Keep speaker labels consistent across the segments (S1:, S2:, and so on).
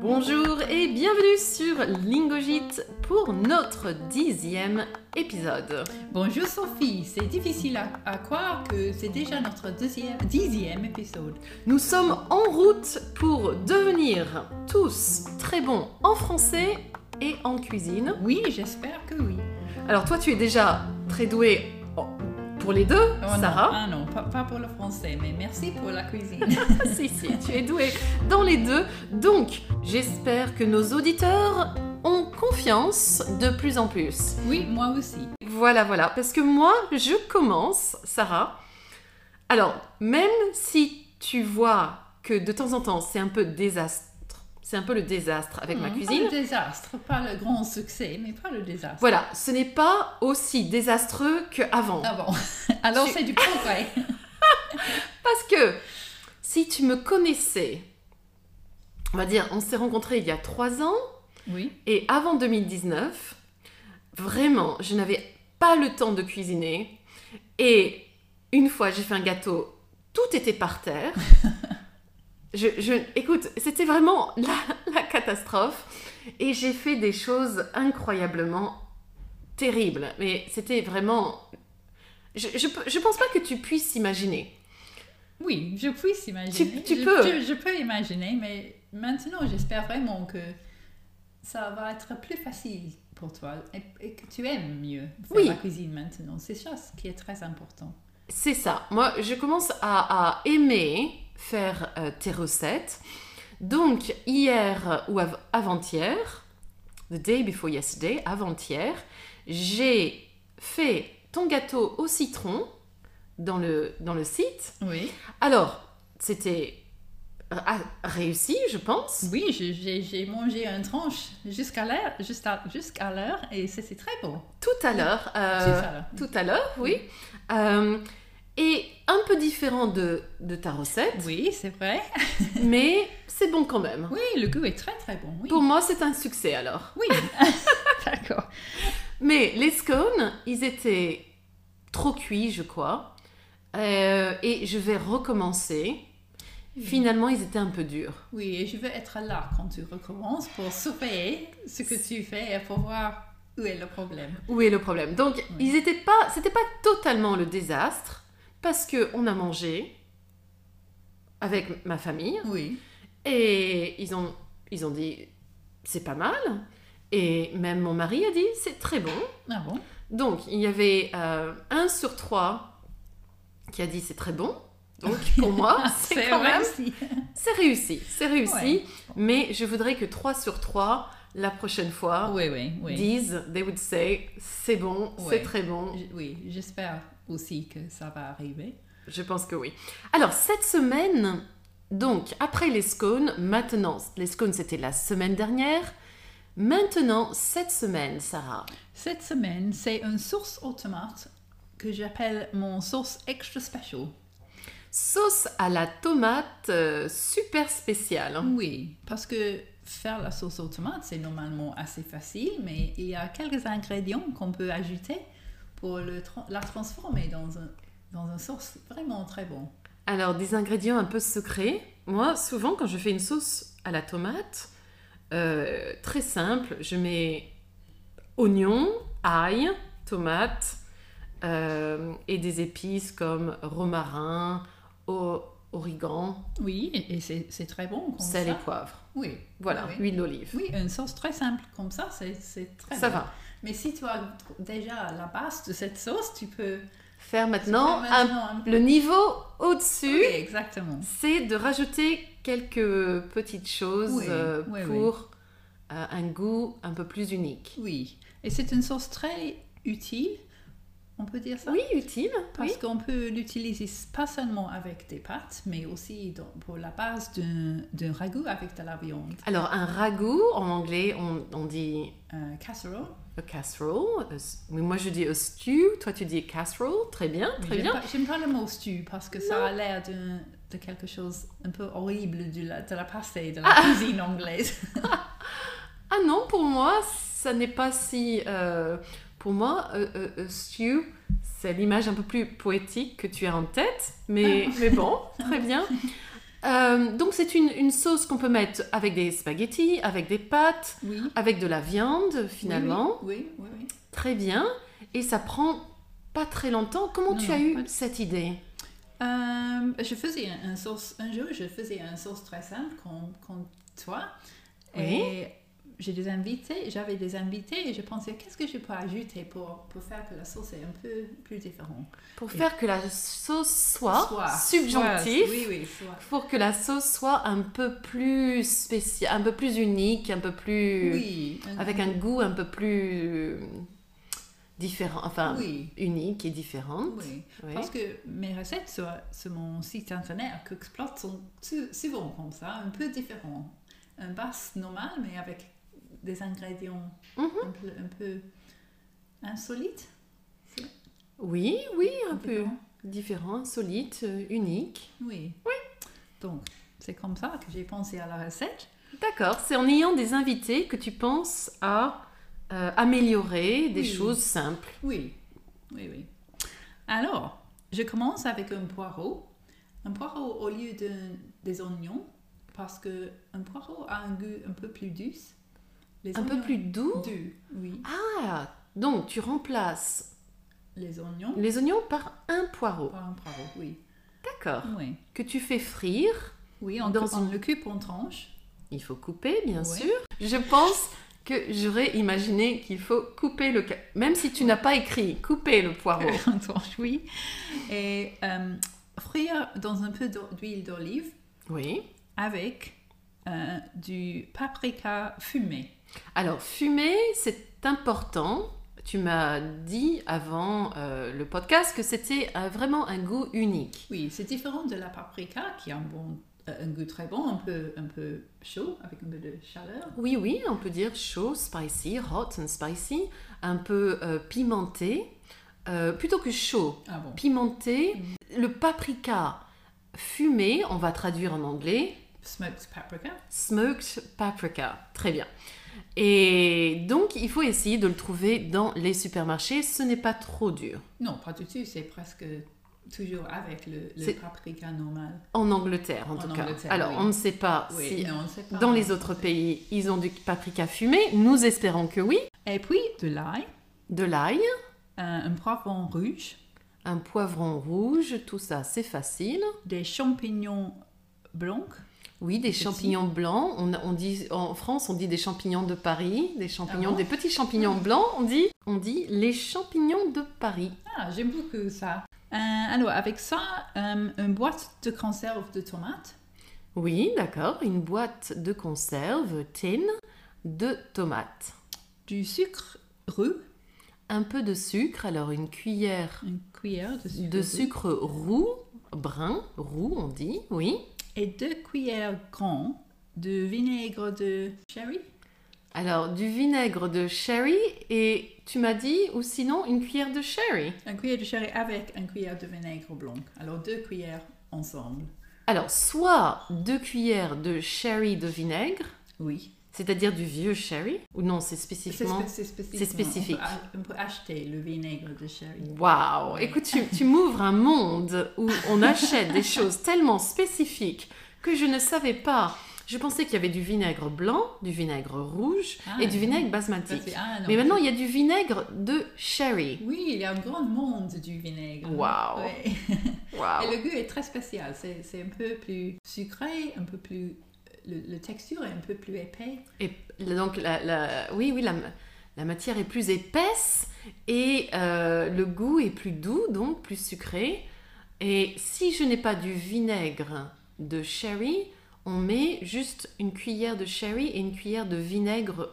S1: Bonjour et bienvenue sur Lingogite pour notre dixième épisode.
S2: Bonjour Sophie, c'est difficile à, à croire que c'est déjà notre deuxième, dixième épisode.
S1: Nous sommes en route pour devenir tous très bons en français et en cuisine.
S2: Oui, j'espère que oui.
S1: Alors toi tu es déjà très douée en- pour les deux,
S2: Oh non,
S1: Sarah.
S2: ah non, pas, pas pour le français, mais merci pour la cuisine.
S1: si, si, tu es douée dans les deux. Donc j'espère que nos auditeurs ont confiance de plus en plus.
S2: oui, moi aussi.
S1: Voilà, voilà. Parce que moi, je commence, Sarah. Alors, même si tu vois que de temps en temps, c'est un peu désastre, c'est un peu le désastre avec ma
S2: Hmm,
S1: cuisine.
S2: Pas le désastre, pas le grand succès, mais pas le désastre.
S1: Voilà, ce n'est pas aussi désastreux qu'avant.
S2: Ah bon, alors
S1: Tu-
S2: c'est du progrès.
S1: Parce que si tu me connaissais, on va dire, on s'est rencontrés il y a trois ans
S2: oui,
S1: et avant 2019, vraiment, je n'avais pas le temps de cuisiner. Et une fois, j'ai fait un gâteau, tout était par terre. Je, je- écoute, c'était vraiment la, la catastrophe. Et j'ai fait des choses incroyablement terribles. Mais c'était vraiment... Je, je, peux- je pense pas que tu puisses imaginer.
S2: oui, je puisse
S1: Tu-
S2: imaginer.
S1: tu
S2: Je-
S1: peux.
S2: Je, je peux imaginer, mais maintenant j'espère vraiment que ça va être plus facile pour toi et, et que tu aimes mieux faire
S1: Oui.
S2: la cuisine maintenant. C'est ça ce qui est très important.
S1: C'est ça. Moi, je commence à, à aimer faire euh, tes recettes. Donc, hier ou av- avant-hier, the day before yesterday, avant-hier, j'ai fait ton gâteau au citron dans le, dans le site.
S2: Oui.
S1: Alors, c'était euh, ah, réussi, je pense.
S2: Oui, je- j'ai j'ai mangé un tranche jusqu'à l'heure, juste à- jusqu'à l'heure, et c'était très bon.
S1: Tout à l'heure. euh,
S2: C'est ça, là.
S1: tout à l'heure, oui. Euh, et un peu différent de, de ta recette,
S2: Oui, c'est vrai.
S1: mais c'est bon quand même.
S2: Oui, le goût est très très bon. Oui.
S1: Pour moi, c'est un succès alors.
S2: Oui. D'accord.
S1: Mais les scones, ils étaient trop cuits, je crois. Euh, et je vais recommencer. Finalement, ils étaient un peu durs.
S2: Oui, et je veux être là quand tu recommences pour surveiller ce que tu fais et pour voir où est le problème.
S1: Où est le problème Donc,
S2: Oui.
S1: ils étaient pas, c'était pas totalement le désastre parce que on a mangé avec ma famille
S2: Oui.
S1: et ils ont, ils ont dit c'est pas mal. Et même mon mari a dit c'est très bon.
S2: Ah bon
S1: Donc, il y avait euh, un sur trois qui a dit c'est très bon. Donc, pour moi, c'est quand même...
S2: réussi.
S1: C'est réussi, c'est réussi.
S2: Ouais.
S1: Mais je voudrais que trois sur trois, la prochaine fois,
S2: Ah Oui, oui, oui.
S1: disent, they would say, c'est bon, c'est
S2: Ouais.
S1: très bon.
S2: J- Oui, j'espère aussi que ça va arriver.
S1: Je pense que oui. Alors, cette semaine, donc, après les scones, maintenant, les scones, c'était la semaine dernière. Maintenant, cette semaine, Sarah.
S2: Cette semaine, c'est une source automate que j'appelle mon source extra special.
S1: Sauce à la tomate euh, super spéciale. hein.
S2: Oui, parce que faire la sauce aux tomates, c'est normalement assez facile, mais il y a quelques ingrédients qu'on peut ajouter pour le tra- la transformer dans un, dans un sauce vraiment très bon.
S1: Alors, des ingrédients un peu secrets. Moi, souvent, quand je fais une sauce à la tomate, euh, très simple, je mets oignon, ail, tomate euh, et des épices comme romarin, o- origan,
S2: Oui, et et c'est c'est très bon comme
S1: sel
S2: ça.
S1: et poivre.
S2: Oui,
S1: Voilà,
S2: Oui.
S1: huile d'olive.
S2: oui, une sauce très simple comme ça, c'est- c'est très
S1: Ça
S2: bon.
S1: va.
S2: Mais si tu as tr- déjà la base de cette sauce, tu peux...
S1: Faire maintenant,
S2: tu peux
S1: un-
S2: maintenant un peu-
S1: le niveau au-dessus,
S2: Oui, exactement.
S1: c'est de rajouter quelques petites choses
S2: Oui,
S1: euh,
S2: oui, oui.
S1: pour euh, un goût un peu plus unique.
S2: Oui, et c'est une sauce très utile, on peut dire ça
S1: Oui, utile.
S2: Parce qu'on peut l'utiliser pas seulement avec des pâtes, mais aussi dans- pour la base d'un d'un ragoût avec de la viande.
S1: Alors, un ragoût, en anglais, on, on dit
S2: Un Euh, casserole.
S1: a casserole. a s- mais moi, je dis a stew. Toi, tu dis casserole. Très bien,
S2: Mais
S1: très
S2: j'aime
S1: bien.
S2: pas- J'aime pas le mot stew parce que ça a l'air d'un- de quelque chose un peu horrible de la, de la pasta et de la cuisine anglaise.
S1: Ah non, pour moi, ça n'est pas si... euh, pour moi, a, a- a stew, c'est l'image un peu plus poétique que tu as en tête, mais, mais bon, très bien. Euh, donc c'est une, une sauce qu'on peut mettre avec des spaghettis, avec des pâtes,
S2: Oui.
S1: avec de la viande finalement.
S2: Oui, oui, oui.
S1: Très bien. Et ça prend pas très longtemps. Comment
S2: Non,
S1: tu
S2: non,
S1: as
S2: pas
S1: eu
S2: du-
S1: cette idée
S2: Euh, je faisais un, un sauce, un jour, je faisais un sauce très simple comme, comme toi. Et j'ai des invités, j'avais des invités et je pensais qu'est-ce que je peux ajouter pour, pour faire que la sauce est un peu plus différente.
S1: Pour faire que la sauce soit,
S2: Soit-
S1: subjonctive,
S2: soit- oui, oui, soit.
S1: pour que la sauce soit un peu plus spéciale, un peu plus unique, un peu plus...
S2: Oui.
S1: Euh, avec un goût un peu plus différent, enfin
S2: Oui.
S1: unique et différente.
S2: Oui.
S1: Oui.
S2: Parce que mes recettes sur, sur mon site internet Cookspot sont sou- souvent comme ça, un peu différents. Un base normal, mais avec des ingrédients
S1: Mhm.
S2: un, peu, un peu insolites.
S1: Oui, oui, un peu
S2: différents.
S1: différent, solide, euh, unique.
S2: Oui. Oui. Donc, c'est comme ça que j'ai pensé à la recette.
S1: D'accord, c'est en ayant des invités que tu penses à euh, améliorer des
S2: Oui.
S1: choses simples.
S2: Oui. Oui, oui. Alors, je commence avec un poireau. Un poireau au lieu de, des oignons, parce que un poireau a un goût un peu plus douce. Les
S1: Un peu
S2: oignons-
S1: plus doux.
S2: Deux, oui.
S1: Ah, donc tu remplaces
S2: Les oignons
S1: les oignons par un poireau.
S2: par un poireau, oui.
S1: D'accord.
S2: Oui,
S1: Que tu fais frire.
S2: oui on,
S1: Dans
S2: on le coupe en tranches.
S1: Il faut couper, bien
S2: Ouais.
S1: sûr. Je pense que j'aurais imaginé qu'il faut couper le... ca- Même si tu n'as pas écrit couper le poireau.
S2: en tranches, oui. Et euh, frire dans un peu d'o- d'huile d'olive
S1: Oui.
S2: avec euh, du paprika fumé.
S1: Alors, fumer, c'est important. Tu m'as dit avant euh, le podcast que c'était euh, vraiment un goût unique.
S2: Oui, c'est différent de la paprika qui a un, bon, euh, un goût très bon, un peu, un peu chaud, avec un peu de chaleur.
S1: Oui, oui, on peut dire chaud, spicy, hot and spicy, un peu euh, pimenté, euh, plutôt que chaud.
S2: Ah bon,
S1: Pimenté, le paprika fumé, on va traduire en anglais,
S2: smoked paprika.
S1: Smoked paprika. Très bien. Et donc, il faut essayer de le trouver dans les supermarchés. Ce n'est pas trop dur.
S2: Non, pas du tout, c'est presque toujours avec le, le
S1: C'est-
S2: paprika normal.
S1: En Angleterre, en,
S2: En
S1: tout
S2: Angleterre,
S1: cas. Alors,
S2: oui.
S1: on ne sait pas
S2: Oui,
S1: si
S2: non, c'est pas
S1: dans les autres pays, ils ont du paprika fumé. Nous espérons que oui.
S2: Et puis, de l'ail.
S1: De l'ail,
S2: Euh, un, un poivron rouge,
S1: un poivron rouge, tout ça, c'est facile.
S2: des champignons blancs,
S1: Oui, des
S2: Petits.
S1: champignons blancs. On, on dit, en France, on dit des champignons de Paris, des champignons,
S2: Ah bon
S1: des petits champignons blancs. On dit, on dit les champignons de Paris.
S2: ah, j'aime beaucoup ça. Euh, alors, avec ça, euh, une boîte de conserve de tomates,
S1: Oui, d'accord. Une boîte de conserve, tin, de tomates.
S2: du sucre roux,
S1: Un peu de sucre, alors une cuillère
S2: une cuillère de sucre,
S1: de
S2: roux,
S1: sucre roux, brun, roux on dit, oui.
S2: et deux cuillères grandes de vinaigre de sherry.
S1: Alors du vinaigre de sherry et tu m'as dit, ou sinon une cuillère de sherry.
S2: Une cuillère de sherry avec une cuillère de vinaigre blanc. Alors, deux cuillères ensemble.
S1: Alors soit deux cuillères de sherry de vinaigre,
S2: Oui.
S1: c'est-à-dire du vieux sherry, ou non, c'est spécifiquement...
S2: spé- spécifique.
S1: c'est spécifique.
S2: On peut, a- on peut acheter le vinaigre de sherry.
S1: Waouh Écoute, tu, tu m'ouvres un monde où on achète des choses tellement spécifiques que je ne savais pas. Je pensais qu'il y avait du vinaigre blanc, du vinaigre rouge
S2: Ah,
S1: et du
S2: non.
S1: vinaigre basmati.
S2: Ah, non.
S1: Mais maintenant, il y a du vinaigre de sherry.
S2: Oui, il y a un grand monde du vinaigre.
S1: Wow. Ah
S2: Ouais. Et
S1: Waouh
S2: le goût est très spécial. C'est c'est un peu plus sucré, un peu plus. Le, le texture est un peu plus épais.
S1: Et donc, la, la- oui, oui, la, la matière est plus épaisse et euh, le goût est plus doux, donc plus sucré. Et si je n'ai pas du vinaigre de sherry, on met juste une cuillère de sherry et une cuillère de vinaigre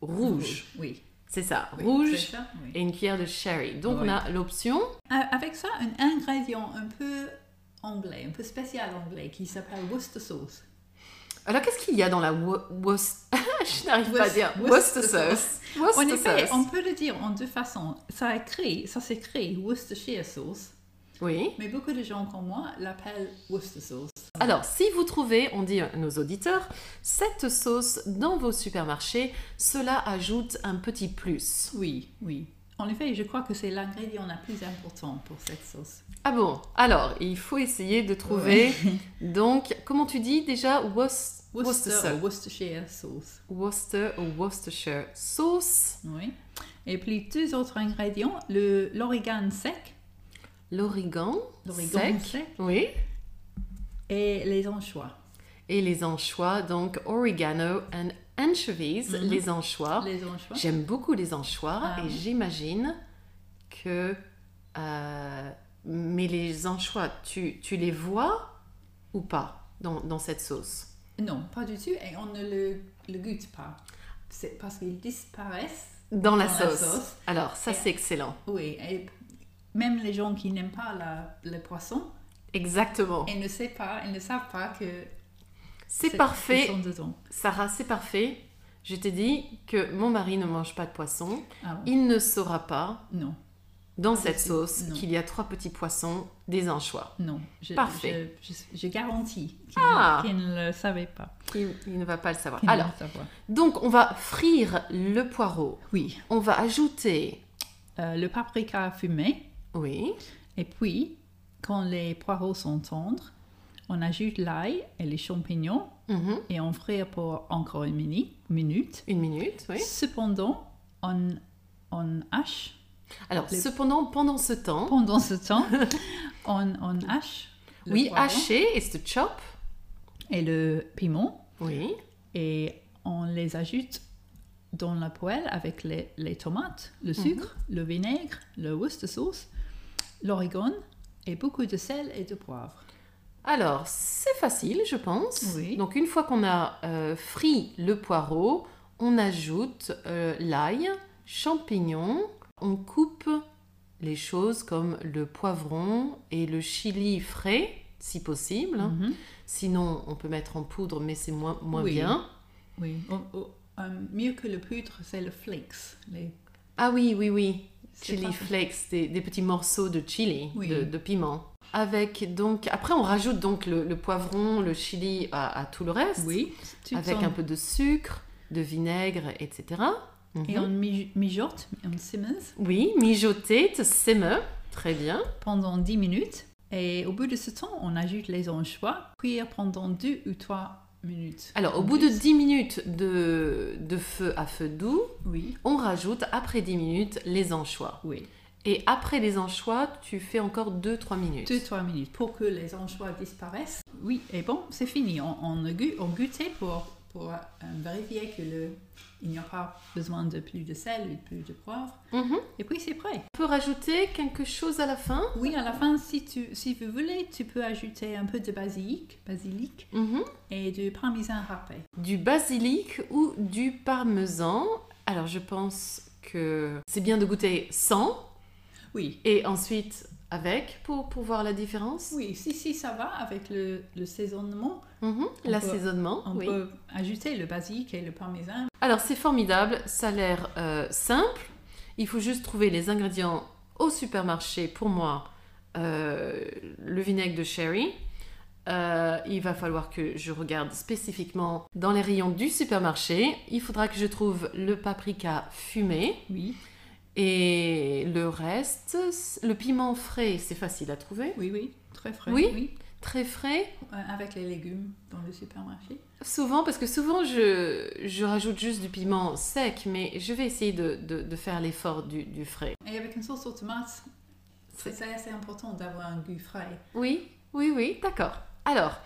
S1: rouge.
S2: Oui.
S1: C'est ça,
S2: oui,
S1: rouge
S2: c'est ça, oui.
S1: et une cuillère de sherry. Donc,
S2: Oui.
S1: on a l'option.
S2: A- Avec ça, un ingrédient un peu anglais, un peu spécial anglais, qui s'appelle Worcester sauce.
S1: Alors, qu'est-ce qu'il y a dans la wo- Worcester Je n'arrive pas à
S2: Worc-
S1: dire.
S2: Worcester
S1: Worcester sauce. Worcester
S2: En effet,
S1: sauce.
S2: on peut le dire en deux façons. Ça écrit, ça s'écrit Worcestershire sauce,
S1: Oui.
S2: mais beaucoup de gens comme moi l'appellent Worcester sauce.
S1: Alors, si vous trouvez, on dit à nos auditeurs, cette sauce dans vos supermarchés, cela ajoute un petit plus.
S2: Oui, oui. En effet, je crois que c'est l'ingrédient le plus important pour cette sauce.
S1: Ah bon Alors, il faut essayer de trouver. Donc, comment tu dis déjà Worc-
S2: Worcester
S1: Worcestershire.
S2: ou Worcestershire sauce.
S1: Worcester ou Worcestershire sauce.
S2: Oui. Et puis deux autres ingrédients, le l'origan sec,
S1: L'origan.
S2: l'origan sec.
S1: sec. Oui.
S2: et les anchois.
S1: Et les anchois, donc oregano and anchovies,
S2: Mhm.
S1: les anchois.
S2: Les anchois.
S1: J'aime beaucoup les anchois
S2: Ah
S1: et
S2: oui.
S1: j'imagine que. euh, mais les anchois, tu, tu les vois ou pas dans, dans cette sauce
S2: Non, pas du tout. Et on ne le, le goûte pas. C'est parce qu'ils disparaissent.
S1: Dans la,
S2: Dans la
S1: sauce.
S2: sauce.
S1: Alors, ça,
S2: Et-
S1: c'est excellent.
S2: Oui. Et même les gens qui n'aiment pas la- le poisson,
S1: Exactement.
S2: ils ne savent pas, ils ne savent pas que
S1: C'est
S2: c'est-
S1: parfait,
S2: Ils sont dedans.
S1: Sarah, c'est parfait. Je t'ai dit que mon mari ne mange pas de poisson.
S2: Ah bon,
S1: Il ne saura pas,
S2: Non,
S1: dans
S2: je
S1: cette
S2: sais.
S1: sauce,
S2: Ah, Non.
S1: qu'il y a trois petits poissons, des anchois.
S2: non. Je,
S1: Parfait.
S2: Je, je- je garantis qu'ils
S1: Ah.
S2: qu'ils ne le savaient pas.
S1: Il, il ne va pas le savoir.
S2: qu'ils ne le
S1: Alors,
S2: savaient pas.
S1: donc on va frire le poireau.
S2: Oui.
S1: On va ajouter,
S2: Euh, le paprika fumé.
S1: oui,
S2: Et puis, quand les poireaux sont tendres, on ajoute l'ail et les champignons
S1: mhm,
S2: et on frire pour encore une mini- minute.
S1: une minute, oui.
S2: Cependant, on, on hache.
S1: Alors,
S2: Les-
S1: cependant, pendant ce temps,
S2: Pendant ce temps, on, on hache. le
S1: oui,
S2: poivron
S1: hacher et ce chop,
S2: Et le piment.
S1: oui,
S2: Et on les ajoute dans la poêle avec les, les tomates,
S1: Mhm.
S2: le sucre, le vinaigre, le Worcester sauce, l'origan et beaucoup de sel et de poivre.
S1: Alors, c'est facile, je pense.
S2: Oui.
S1: Donc, une fois qu'on a euh, frit le poireau, on ajoute euh, l'ail, champignons, on coupe les choses comme le poivron et le chili frais, si possible.
S2: Mhm.
S1: Sinon, on peut mettre en poudre, mais c'est moins, moins
S2: Oui.
S1: bien.
S2: Oui. Oh, oh, euh, mieux que le poudre, c'est le flakes. Les...
S1: Ah oui, oui, oui.
S2: C'est
S1: Chili
S2: pas-
S1: flakes, des, des petits morceaux de chili,
S2: Oui.
S1: de, de piment. Avec donc, après on rajoute donc le, le poivron, le chili à, à tout le reste.
S2: Oui. tu
S1: avec
S2: sens-
S1: un peu de sucre, de vinaigre, etc. Mhm.
S2: Et on mij- mijote, on simmers
S1: Oui, mijoter, te seme, très bien.
S2: pendant 10 minutes. Et au bout de ce temps, on ajoute les anchois, cuire pendant 2 ou 3 minutes.
S1: Alors, au bout de 10 minutes de, de feu à feu doux,
S2: Oui,
S1: on rajoute après 10 minutes les anchois.
S2: oui.
S1: Et après les anchois, tu fais encore 2-3 minutes.
S2: 2-3 minutes pour que les anchois disparaissent. Oui, et bon, c'est fini. On, on, le gu- on goûtait pour, pour euh, vérifier que le, il n'y a pas besoin de plus de sel ou de plus de poivre.
S1: Mhm.
S2: Et puis c'est prêt.
S1: On peut rajouter quelque chose à la fin
S2: Oui, à la fin, si tu si vous voulez, tu peux ajouter un peu de basilic, basilic
S1: Mhm.
S2: et du parmesan râpé.
S1: Du basilic ou du parmesan. Alors, je pense que c'est bien de goûter sans
S2: Oui.
S1: et ensuite avec pour, pour voir la différence.
S2: Oui, si, si, ça va avec le, le saisonnement.
S1: Mhm,
S2: On
S1: L'assaisonnement,
S2: On
S1: oui.
S2: peut ajouter le basilic et le parmesan.
S1: Alors c'est formidable, ça a l'air euh, simple. Il faut juste trouver les ingrédients au supermarché. Pour moi, euh, le vinaigre de sherry. Euh, il va falloir que je regarde spécifiquement dans les rayons du supermarché. Il faudra que je trouve le paprika fumé
S2: Oui,
S1: et le reste, le piment frais, c'est facile à trouver.
S2: oui, oui, très frais.
S1: Oui. Très frais,
S2: Euh, Avec les légumes dans le supermarché.
S1: Souvent, parce que souvent je, je rajoute juste du piment sec, mais je vais essayer de, de- de faire l'effort du, du frais.
S2: Et avec une sauce aux tomates, c'est c'est assez important d'avoir un goût frais.
S1: Oui, oui, oui, d'accord. Alors,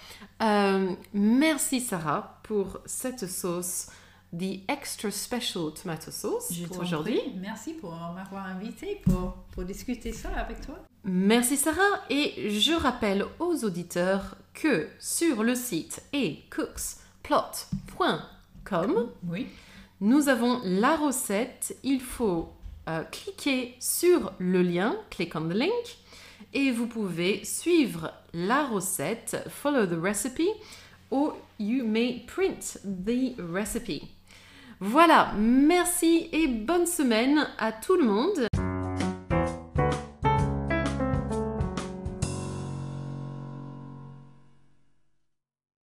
S1: euh, merci Sarah pour cette sauce, The Extra Special Tomato Sauce
S2: Je
S1: pour
S2: t'en
S1: aujourd'hui.
S2: prie. Merci pour m'avoir invité pour, pour discuter ça avec toi.
S1: Merci Sarah et je rappelle aux auditeurs que sur le site acooksplot.com
S2: Oui.
S1: Nous avons la recette. Il faut euh, cliquer sur le lien, click on the link, et vous pouvez suivre la recette, follow the recipe, ou you may print the recipe. Voilà, merci et bonne semaine à tout le monde.